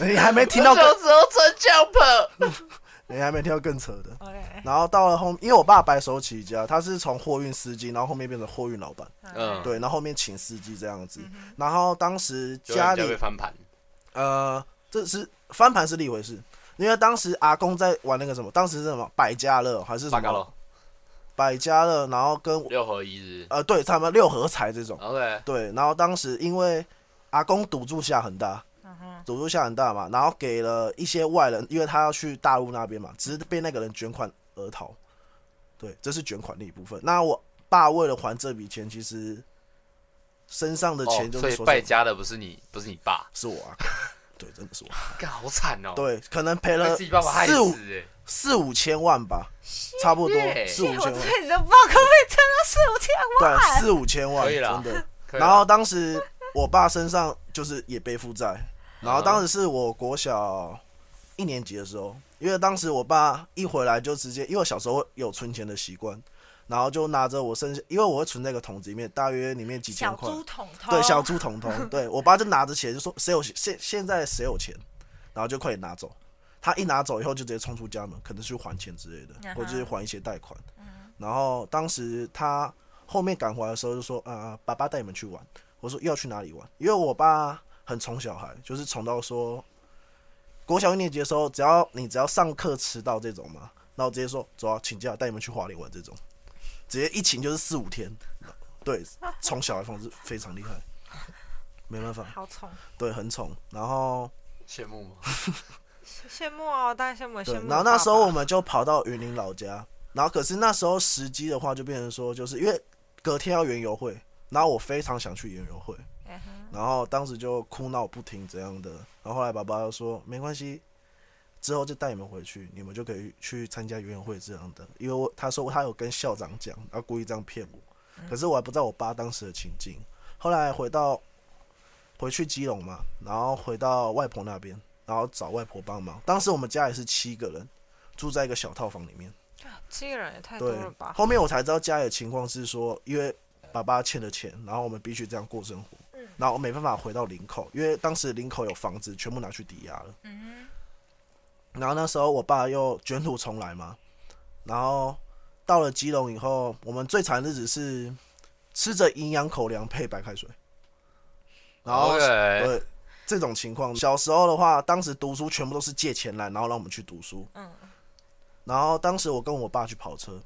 S1: 你还没听到更，
S2: 时候穿 Jump。
S1: 你还没听到更扯的。
S3: OK，
S1: 然后到了后，因为我爸白手起家，他是从货运司机，然后后面变成货运老板，
S2: 嗯
S1: 对，然后后面请司机这样子。然后当时家
S2: 就会
S1: 里
S2: 翻盘。
S1: 呃，这是翻盘是另一回事，因为当时阿公在玩那个什么，当时是什么百家乐还是什
S2: 八嘎
S1: 么
S2: 咯，
S1: 百家乐，然后跟
S2: 六嗯合一日。
S1: 呃对他们六合彩这种，
S2: OK，
S1: 对，然后当时因为阿公赌注下很大，
S3: 嗯哼，
S1: 赌注下很大嘛，然后给了一些外人，因为他要去大陆那边嘛，只是被那个人卷款而逃。对，这是卷款的一部分。那我爸为了还这笔钱，其实身上的钱
S2: 哦
S1: 就
S2: 所
S1: 是
S2: 以
S1: 说
S2: 败家的不是你，不是你爸，
S1: 是
S2: (laughs)
S1: 我阿公，对，真的是我。
S2: 干好惨哦。，
S1: 对，可能赔
S2: 被
S1: 了
S2: 自己爸爸害
S1: 四五
S2: 死哎。
S1: 四五千万吧，差不多
S2: 耶
S1: 四五
S3: 我
S1: 千万，
S3: 这里都不知道可不可以撑到四五千万。
S1: 对，四五千万，
S3: (laughs)
S2: 可以啦啊
S1: 真的。
S2: 可以
S1: 然后当时我爸身上就是也背负债。然后当时是我国小一年级的时候，因为当时我爸一回来就直接，因为我小时候有存钱的习惯，然后就拿着我剩下，因为我会存在一个桶子里面，大约里面几千
S3: 小
S1: 块，
S3: 猪桶桶，
S1: 对，小猪桶桶，对我爸就拿着钱就说谁有现现在谁有钱，然后就快点拿走。他一拿走以后就直接冲出家门，可能去还钱之类
S3: 嗯
S1: 的，
S3: 哼嗯
S1: 或者是还一些贷款。然后当时他后面赶回来的时候就说：“啊、爸爸带你们去玩。”我说：“要去哪里玩？”因为我爸很宠小孩，就是宠到说，国小一年级的时候，只要你只要上课迟到这种嘛，然后直接说：“走啊，请假带你们去花莲玩。”这种，直接一请就是四五天。对，宠小孩方式非常厉害，没办法，
S3: 好宠，
S1: 对，很宠。然后
S2: 羡慕吗？
S3: 羡慕哦，当然羡慕，
S1: 对
S3: 羡，慕。
S1: 然后那时候我，们就跑到云林老家，然后可是那时候时机的话，就变成说，就是因为隔天要园游会，然后我非常想去园游会，
S3: 嗯哼
S1: 然后当时就哭闹不停这样的，然后后来爸爸又说没关系，之后就带你们回去，你们就可以去参加园游会这样的，因为我他说他有跟校长讲，然后故意这样骗我，
S3: 嗯
S1: 可是我还不知道我爸当时的情境，后来回到回去基隆嘛，然后回到外婆那边，然后找外婆帮忙，当时我们家也是七个人。住在一个小套房里面，
S3: 七个人也太多
S1: 对
S3: 了。吧？
S1: 后面我才知道家里的情况是说，因为爸爸欠了钱，然后我们必须这样过生活。
S3: 嗯
S1: 然后我没办法回到林口，因为当时林口有房子全部拿去抵押了。
S3: 嗯
S1: 然后那时候我爸又卷土重来嘛，然后到了基隆以后，我们最惨的日子是吃着营养口粮配白开水，然后呃
S2: OK，
S1: 对这种情况，小时候的话，当时读书全部都是借钱来，然后让我们去读书。
S3: 嗯
S1: 然后当时我跟我爸去跑车，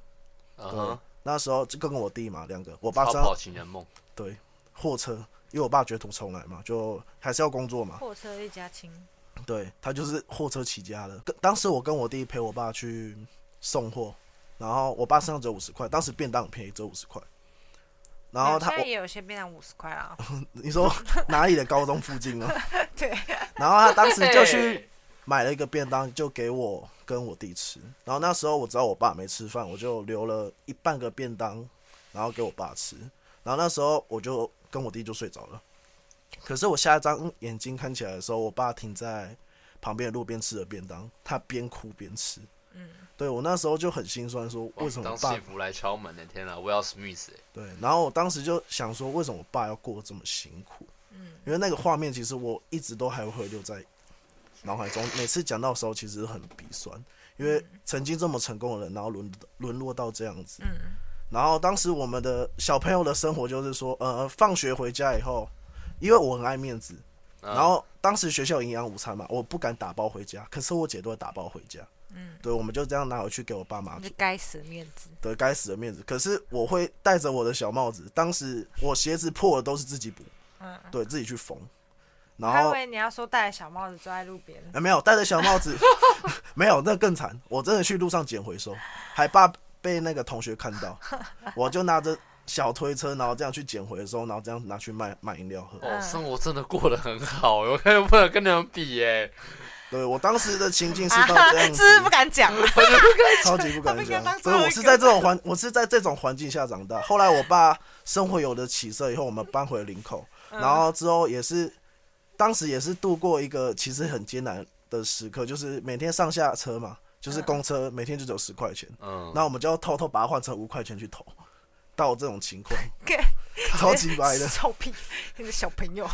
S2: 嗯
S1: 对
S2: 哼，
S1: 那时候就跟我弟嘛两个，我爸
S2: 超
S1: 知道
S2: 跑情人梦，
S1: 对货车，因为我爸卷土重来嘛，就还是要工作嘛
S3: 哼，，货车一家亲，
S1: 对他就是货车起家的。跟当时我跟我弟陪我爸去送货，然后我爸身上只有五十块，当时便当很便宜，只有五十块。然后他，
S3: 现在
S1: 我
S3: 也有些变成五十块
S1: (laughs)
S3: 啊。
S1: 你说哪里的高中附近吗？
S3: 对。
S1: (laughs) 然后他当时就去买了一个便当，就给我跟我弟吃。然后那时候我知道我爸没吃饭，我就留了一半个便当，然后给我爸吃。然后那时候我就跟我弟就睡着了。可是我下一张眼睛看起来的时候，我爸停在旁边的路边吃着便当，他边哭边吃。
S3: 嗯，
S1: 对我那时候就很心酸，说
S2: 哇
S1: 为什么
S2: 当
S1: 我爸
S2: 幸福来敲门的？天哪，我要 Smith 欸
S1: 对，然后我当时就想说，为什么我爸要过得这么辛苦？嗯，因为那个画面其实我一直都还会留在脑海中，每次讲到的时候其实很鼻酸，因为曾经这么成功的人，然后沦沦落到这样子。
S3: 嗯，
S1: 然后当时我们的小朋友的生活就是说，呃，放学回家以后，因为我很爱面子，
S2: 嗯
S1: 然后当时学校有营养午餐嘛，我不敢打包回家，可是我姐都会打包回家。嗯，对，我们就这样拿回去给我爸妈
S3: 你
S1: 煮
S3: 就。该死的面子，对
S1: 对，该死的面子。可是我会戴着我的小帽子，当时我鞋子破了都是自己补，
S3: 嗯，
S1: 对自己去缝。然
S3: 还以
S1: 后
S3: 为你要说戴着小帽子坐在路边，
S1: 呃没有戴着小帽
S3: (laughs)
S1: 子，没有那更惨，我真的去路上捡回收，还怕被那个同学看
S3: (laughs)
S1: 到，我就拿着小推车，然后这样去捡回收，然后这样拿去卖卖饮料喝。
S2: 哦，生活真的过得很好，欸我根本不能跟你们比欸耶。
S1: 对我当时的情境 (laughs) 是
S3: 啊
S1: 到
S3: 哈，
S1: 这样
S3: 是 (laughs) 不是
S1: 子
S3: 不，敢讲了？
S1: 超级不
S3: 他
S1: 敢
S3: 不应该
S1: 讲所以
S3: 当。最后
S1: 我
S3: 一
S1: 是
S3: 个
S1: 在这种环，我是在这种环境下长大。后来我爸生活有了起色以后，我们搬回林口， (laughs)
S3: 嗯
S1: 然后之后也是，当时也是度过一个其实很艰难的时刻，就是每天上下车嘛，就是公车每天就只有十块钱，
S2: 嗯，
S1: 那我们就要偷偷把它换成五块钱去投，到这种情况
S3: (laughs) 给，，
S1: (laughs) 超级白的
S3: (laughs) 臭屁，你的小朋友，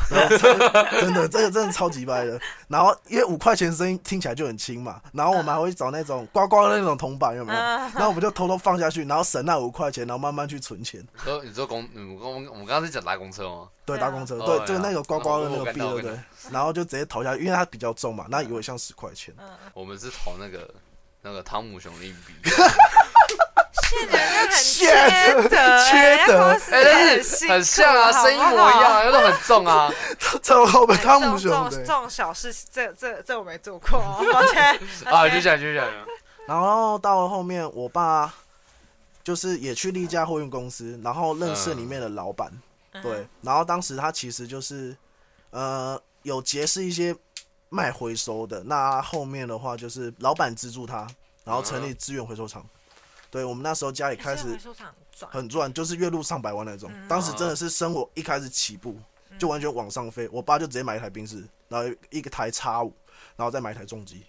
S1: 真的，这个真的超级白的。然后因为五块钱声音听起来就很轻嘛，然后我们还会找那种刮刮的那种铜板，有没有？
S3: 嗯
S1: 然后我们就偷偷放下去，然后省那五块钱，然后慢慢去存钱。
S2: 你说你说公，嗯我们我们刚刚是讲搭公车吗？
S1: 对，
S3: 对啊
S1: 搭公车，
S2: 哦
S1: 对，就
S2: 对啊
S1: 那个刮刮乐
S2: 我
S1: 那个
S2: 我看
S1: 币，
S2: 到嗯
S1: 对
S2: 我
S1: 不对？然后就直接投下去，因为它比较重嘛，那以为像十块钱。 (laughs)
S2: 我们是投那个那个汤姆熊的硬
S3: (laughs)
S2: 币。
S3: 现在人
S1: (laughs)
S3: 家很缺
S1: 缺德
S3: 德，人家公司
S2: 哎、但
S3: 很
S2: 是
S3: 辛
S2: 很
S3: 苦
S2: 像啊，
S3: 好不
S2: 声音一模一样，啊，都很重
S3: (laughs)
S2: 啊。
S1: 这我们 (laughs)
S3: 好
S1: 汤姆熊
S3: 哎这种这种这
S1: 对。
S3: 种小事，这这这我没做
S1: (laughs)
S3: 过哦，抱歉。
S2: 啊，就讲就讲，
S1: 然后到了后面，我爸就是也去另一家货运公司，然后认识里面的老板，嗯对。然后当时他其实就是呃有结识一些卖回收的，那后面的话就是老板资助他，然后成立资源回收厂。对嗯我们那时候
S3: 哎
S1: 家里开
S3: 现在
S1: 始
S3: 回收厂转，嗯
S1: 很赚，就是月入上百万那种。当时真的是生活一开始起步，就完全往上飞。我爸就直接买一台宾士，然后一个台叉五，然后再买一台重机，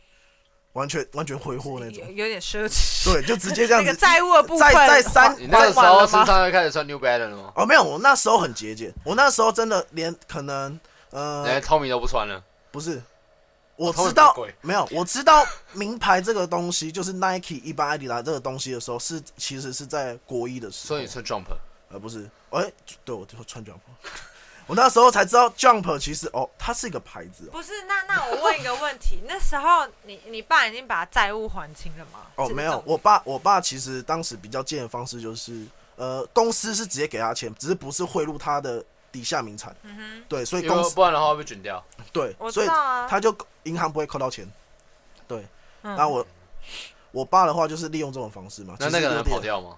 S1: 完全完全挥霍那
S3: (laughs) 有
S1: 种。
S3: 有点奢侈。
S1: 对，就直接这样
S3: 那
S1: 子。
S3: 个债务的部
S1: 在
S3: 分还，
S1: 在三
S2: 你那个时候
S3: 还完了
S2: 身
S3: 吗
S2: 上就开始穿 New Balance 了吗？
S1: 哦，没有，我那时候很节俭，我那时候真的连可能呃
S2: 连 Tommy 都不穿了，
S1: 不是，我
S2: 哎他们
S1: 知道
S2: 比较贵
S1: 没有，我知道名牌这个东西就是 Nike 一般阿迪达这个东西的时候是其实是在国一的时
S2: 所
S1: 候
S2: 以，你穿 Jump。
S1: 而不是哎、对我就穿 Jump，我那时候才知道 Jump 其实哦它是一个牌子哦。
S3: (laughs) 不是，那那我问一个问题， (laughs) 那时候你你爸已经把债务还清了吗？
S1: 哦，
S3: 这个
S1: 没有
S3: 重，
S1: 我爸我爸其实当时比较贱的方式就是，呃，公司是直接给他钱，只是不是贿赂他的底下名产，
S3: 嗯
S1: 对，所以
S2: 因
S1: 公
S2: 为
S1: 司
S2: 不然的话会被卷掉。
S1: 对
S3: 我，
S1: 所
S3: 知
S1: 以
S3: 道啊嗯
S1: 他就银行不会扣到钱。对，
S3: 哼，
S1: 那我我爸的话就是利用这种方式嘛。
S2: 那
S1: 其实
S2: 那个
S1: 有
S2: 人
S1: 点
S2: 跑。掉吗？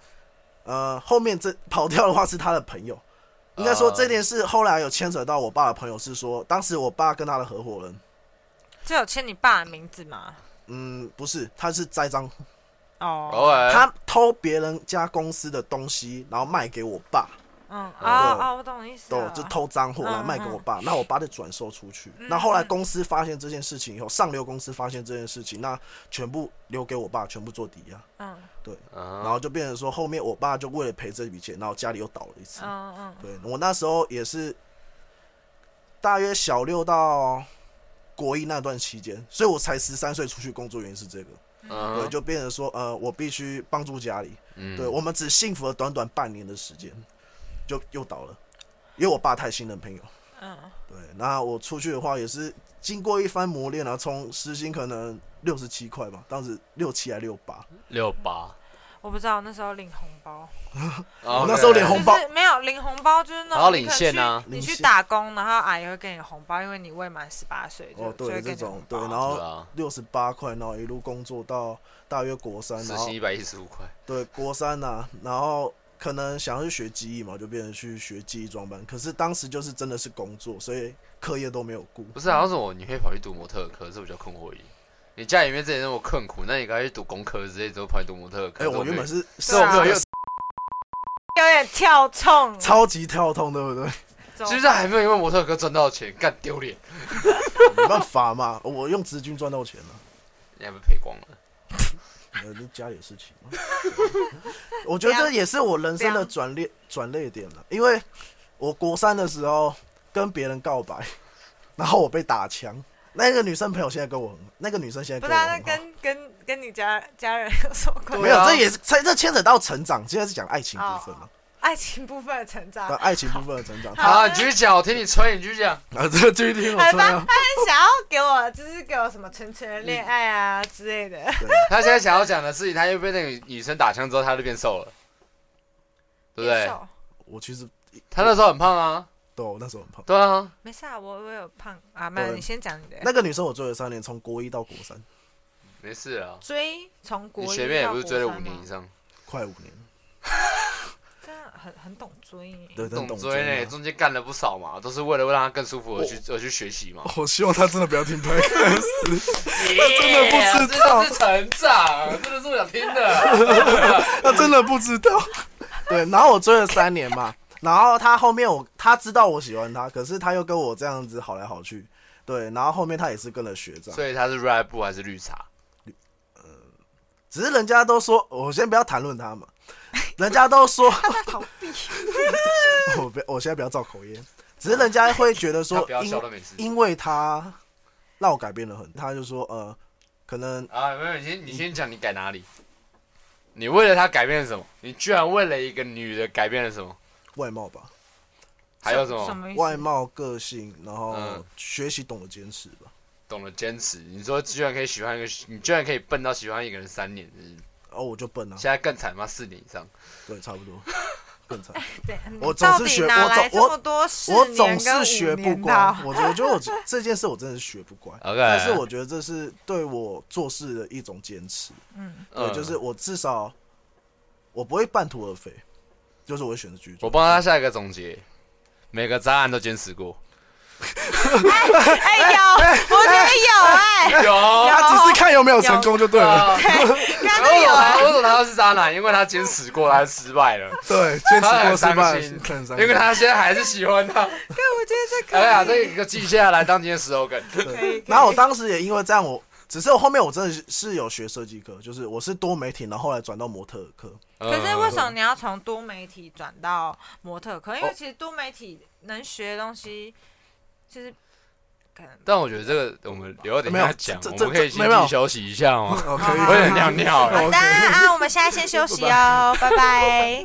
S1: 呃，后面这跑掉的话是他的朋友，应该说
S2: 呃
S1: 这件事后来有牵扯到我爸的朋友，是说当时我爸跟他的合伙人，
S3: 这有签你爸的名字吗？
S1: 嗯，不是，他是栽赃，
S3: 哦，
S2: 偶尔
S1: 他偷别人家公司的东西，然后卖给我爸，
S3: 嗯，哦
S1: 呃
S3: 哦，我懂你意思
S1: 对
S3: 了，，
S1: 就偷赃货，然后卖给我爸，那我爸就转售出去。那后来公司发现这件事情以后，上流公司发现这件事情，那全部留给我爸，全部做抵押。
S3: 嗯
S1: 然
S2: 嗯，
S1: 后就变成说，后面我爸就为了赔这笔钱，然后家里又倒了一次。
S3: 嗯嗯，
S1: 对我那时候也是，大约小六到国一那段期间，所以我才十三岁出去工作，原因是这个。
S2: 嗯
S1: 对，就变成说，呃，我必须帮助家里。
S2: 嗯
S1: 对我们只幸福了短短半年的时间，就又倒了，因为我爸太信任朋友。
S3: 嗯
S1: 对，那我出去的话也是经过一番磨练啊，从时薪可能六十七块吧，当时六七还六八，
S2: 六八。
S3: 我不知道那时候领红包，
S2: 我
S1: 那时候连红包
S3: 就是没有领红包，就是那
S2: 还要
S3: 种
S2: 领
S3: 你可能
S2: 现啊
S3: 去你
S1: 领
S3: 去
S1: 现
S3: 打工，然后阿姨会给你红包，因为你未满十八岁，就
S1: 哦，
S3: 就会
S1: 对，
S3: 给
S1: 这
S3: 你
S1: 种
S3: 红
S1: 对，
S3: 包
S1: 然后
S2: 对啊
S1: 六十八块，然后一路工作到大约国三，
S2: 时
S1: 然后
S2: 薪一百一十五块，
S1: 对国三呐、然后可能想要去学技艺嘛，就变成去学技艺装扮。可是当时就是真的是工作，所以课业都没有顾。
S2: 不是啊？为什么你会跑去读模特儿科？这我比较困惑一点。你家里面之前那么困苦，那你赶快去读工科之类，之后跑去读模特儿科。
S1: 哎、我原本是
S2: 这种
S3: 对啊
S2: 没有，
S3: 有点跳冲，
S1: 超级跳痛，对不对？
S3: 走
S2: 就是还没有因为模特儿科赚到钱，干丢脸，
S1: 没办法嘛，我用资金赚到钱
S3: (laughs)
S1: 了、
S2: 你还被赔光了。
S1: 呃，这家里的事情嘛。我觉得这也是我人生的转捩转捩点了，因为我国三的时候跟别人告白，然后我被打枪。那个女生朋友现在跟我很，那个女生现在
S3: 不
S1: 跟
S3: 知
S1: 我
S3: 道
S1: 很好
S3: 那跟跟跟你家家人有什么关系？
S1: 没有，
S2: 对啊
S1: 这也是这这牵扯到成长，现在是讲爱情部分嘛，
S3: 爱情部分的成长
S1: 对，，爱情部分的成长。
S3: 好
S2: 好，啊你继续讲，我听你吹，你继续讲。
S1: 啊，这个继续听我
S3: 很
S1: 说
S3: 烦，
S1: 啊。
S3: 他很想要给我，就是给我什么纯纯的恋爱啊之类的。
S2: 他现在想要讲的事情，他又被那个女女生打枪之后，他就变瘦了，对不
S3: 接
S2: 对？
S3: 受
S1: 我其实
S2: 他那时候很胖啊，
S1: 对我那时候很胖，
S2: 对啊，
S3: 没事啊，我我有胖啊，没有，
S1: 对
S3: 你先讲你的。
S1: 那个女生我追了三年，从国一到国三，
S2: 没事啊。
S3: 追从国
S2: 你
S3: 一
S2: 前面也
S3: 到
S2: 不是
S3: 国
S2: 追了
S3: 三
S2: 五年
S3: 吗
S2: 以，上，
S1: 快五年，
S3: 真的很很懂追耶。
S1: 对，真的哦
S2: 懂
S1: 懂
S2: 追呢，
S1: 啊
S2: 中间干了不少嘛，都是为了让他更舒服而去而去学习
S1: (laughs)
S2: 嘛。
S1: 我希望她真的不要听 p o d
S2: 真
S1: 真的不知道
S2: 哎这就是成长，真的是我想听的。
S1: 她真的不知道。对，然后我追了三年嘛，然后她后面我她知道我喜欢她，可是她又跟我这样子好来好去，对，然后后面她也是跟了学长，
S2: (laughs) 所以他是 red 布还是绿茶？
S1: 只是人家都说，我先不要谈论她嘛，人家都说。
S3: 他在逃避，
S1: 我不，我现在不要造口音，只是人家会觉得
S2: 他
S1: 说
S2: 不要笑都
S1: 因，
S2: 没事
S1: 因为他让我改变了很，他就说呃，可能
S2: 啊。没有，你先你先讲你改哪里？你为了他改变了什么？你居然为了一个女的改变了什么？
S1: 外貌吧，
S2: 还有什
S3: 什
S2: 么？
S3: 么意思
S1: 外貌、个性，然后
S2: 嗯
S1: 学习懂得坚持吧。
S2: 懂得坚持。你说居然可以喜欢一个，你居然可以笨到喜欢一个人三年，是不是
S1: 哦，我就笨啊，
S2: 现在更惨吗？四年以上。
S1: 对，差
S2: (laughs)
S1: 不多，更惨。
S3: 对
S1: 我
S3: 你
S1: 总
S3: 到
S1: 是
S3: 底
S1: 学
S3: 哪
S1: 我
S3: 来
S1: 总
S3: 这
S1: 我
S3: 么多四
S1: 我
S3: 年
S1: 总
S3: 跟
S1: 是
S3: 五
S1: 学不
S3: 年的
S1: 乖
S3: 啊，
S1: 我我觉得我这这件事我真的是学不乖。
S2: OK
S1: 但是我觉得这是对我做事的一种坚持，对，
S2: 嗯
S1: 就是我至少我不会半途而废，就是我会选择去
S2: 我
S1: 做。
S2: 帮他下一个总结，每个渣男都坚持过。
S3: 哎有，我觉得
S1: (laughs)
S3: 有哎，
S2: 有，
S1: 他只是看有没有成功就对了。
S2: 啊
S1: (laughs)
S3: 刚刚有
S2: 我
S3: 哎，
S2: 怎么拿到道是渣男，因为他坚持过，他失败了，
S1: 对，坚持过失
S2: 他很伤
S1: 败，
S2: 心
S1: 很伤
S2: 因为他现在还是喜欢他。
S3: 对，我觉得这可以。
S2: 哎呀，这个记下来当今天 slogan。
S3: 可以。
S1: 然后我当时也因为这样我。只是我后面我真的是是有学设计课，就是我是多媒体，然后后来转到模特课，
S3: (laughs) 可是为
S2: 么？
S3: 什么你要从多媒体转到模特课？因
S1: 哦
S3: 为其实多媒体能学的东西，就是可能
S2: 但我觉得这个我们留点
S1: 没有
S2: 要讲，
S1: 这
S2: 我
S1: 这
S2: 们可以
S1: 这
S2: 先
S1: 没有
S2: 去休息一下吗？
S1: 哦，
S3: 可以
S2: 我有点尿尿
S1: (laughs)
S2: 了。
S3: 好的啊，我们现在先休息哦，拜拜。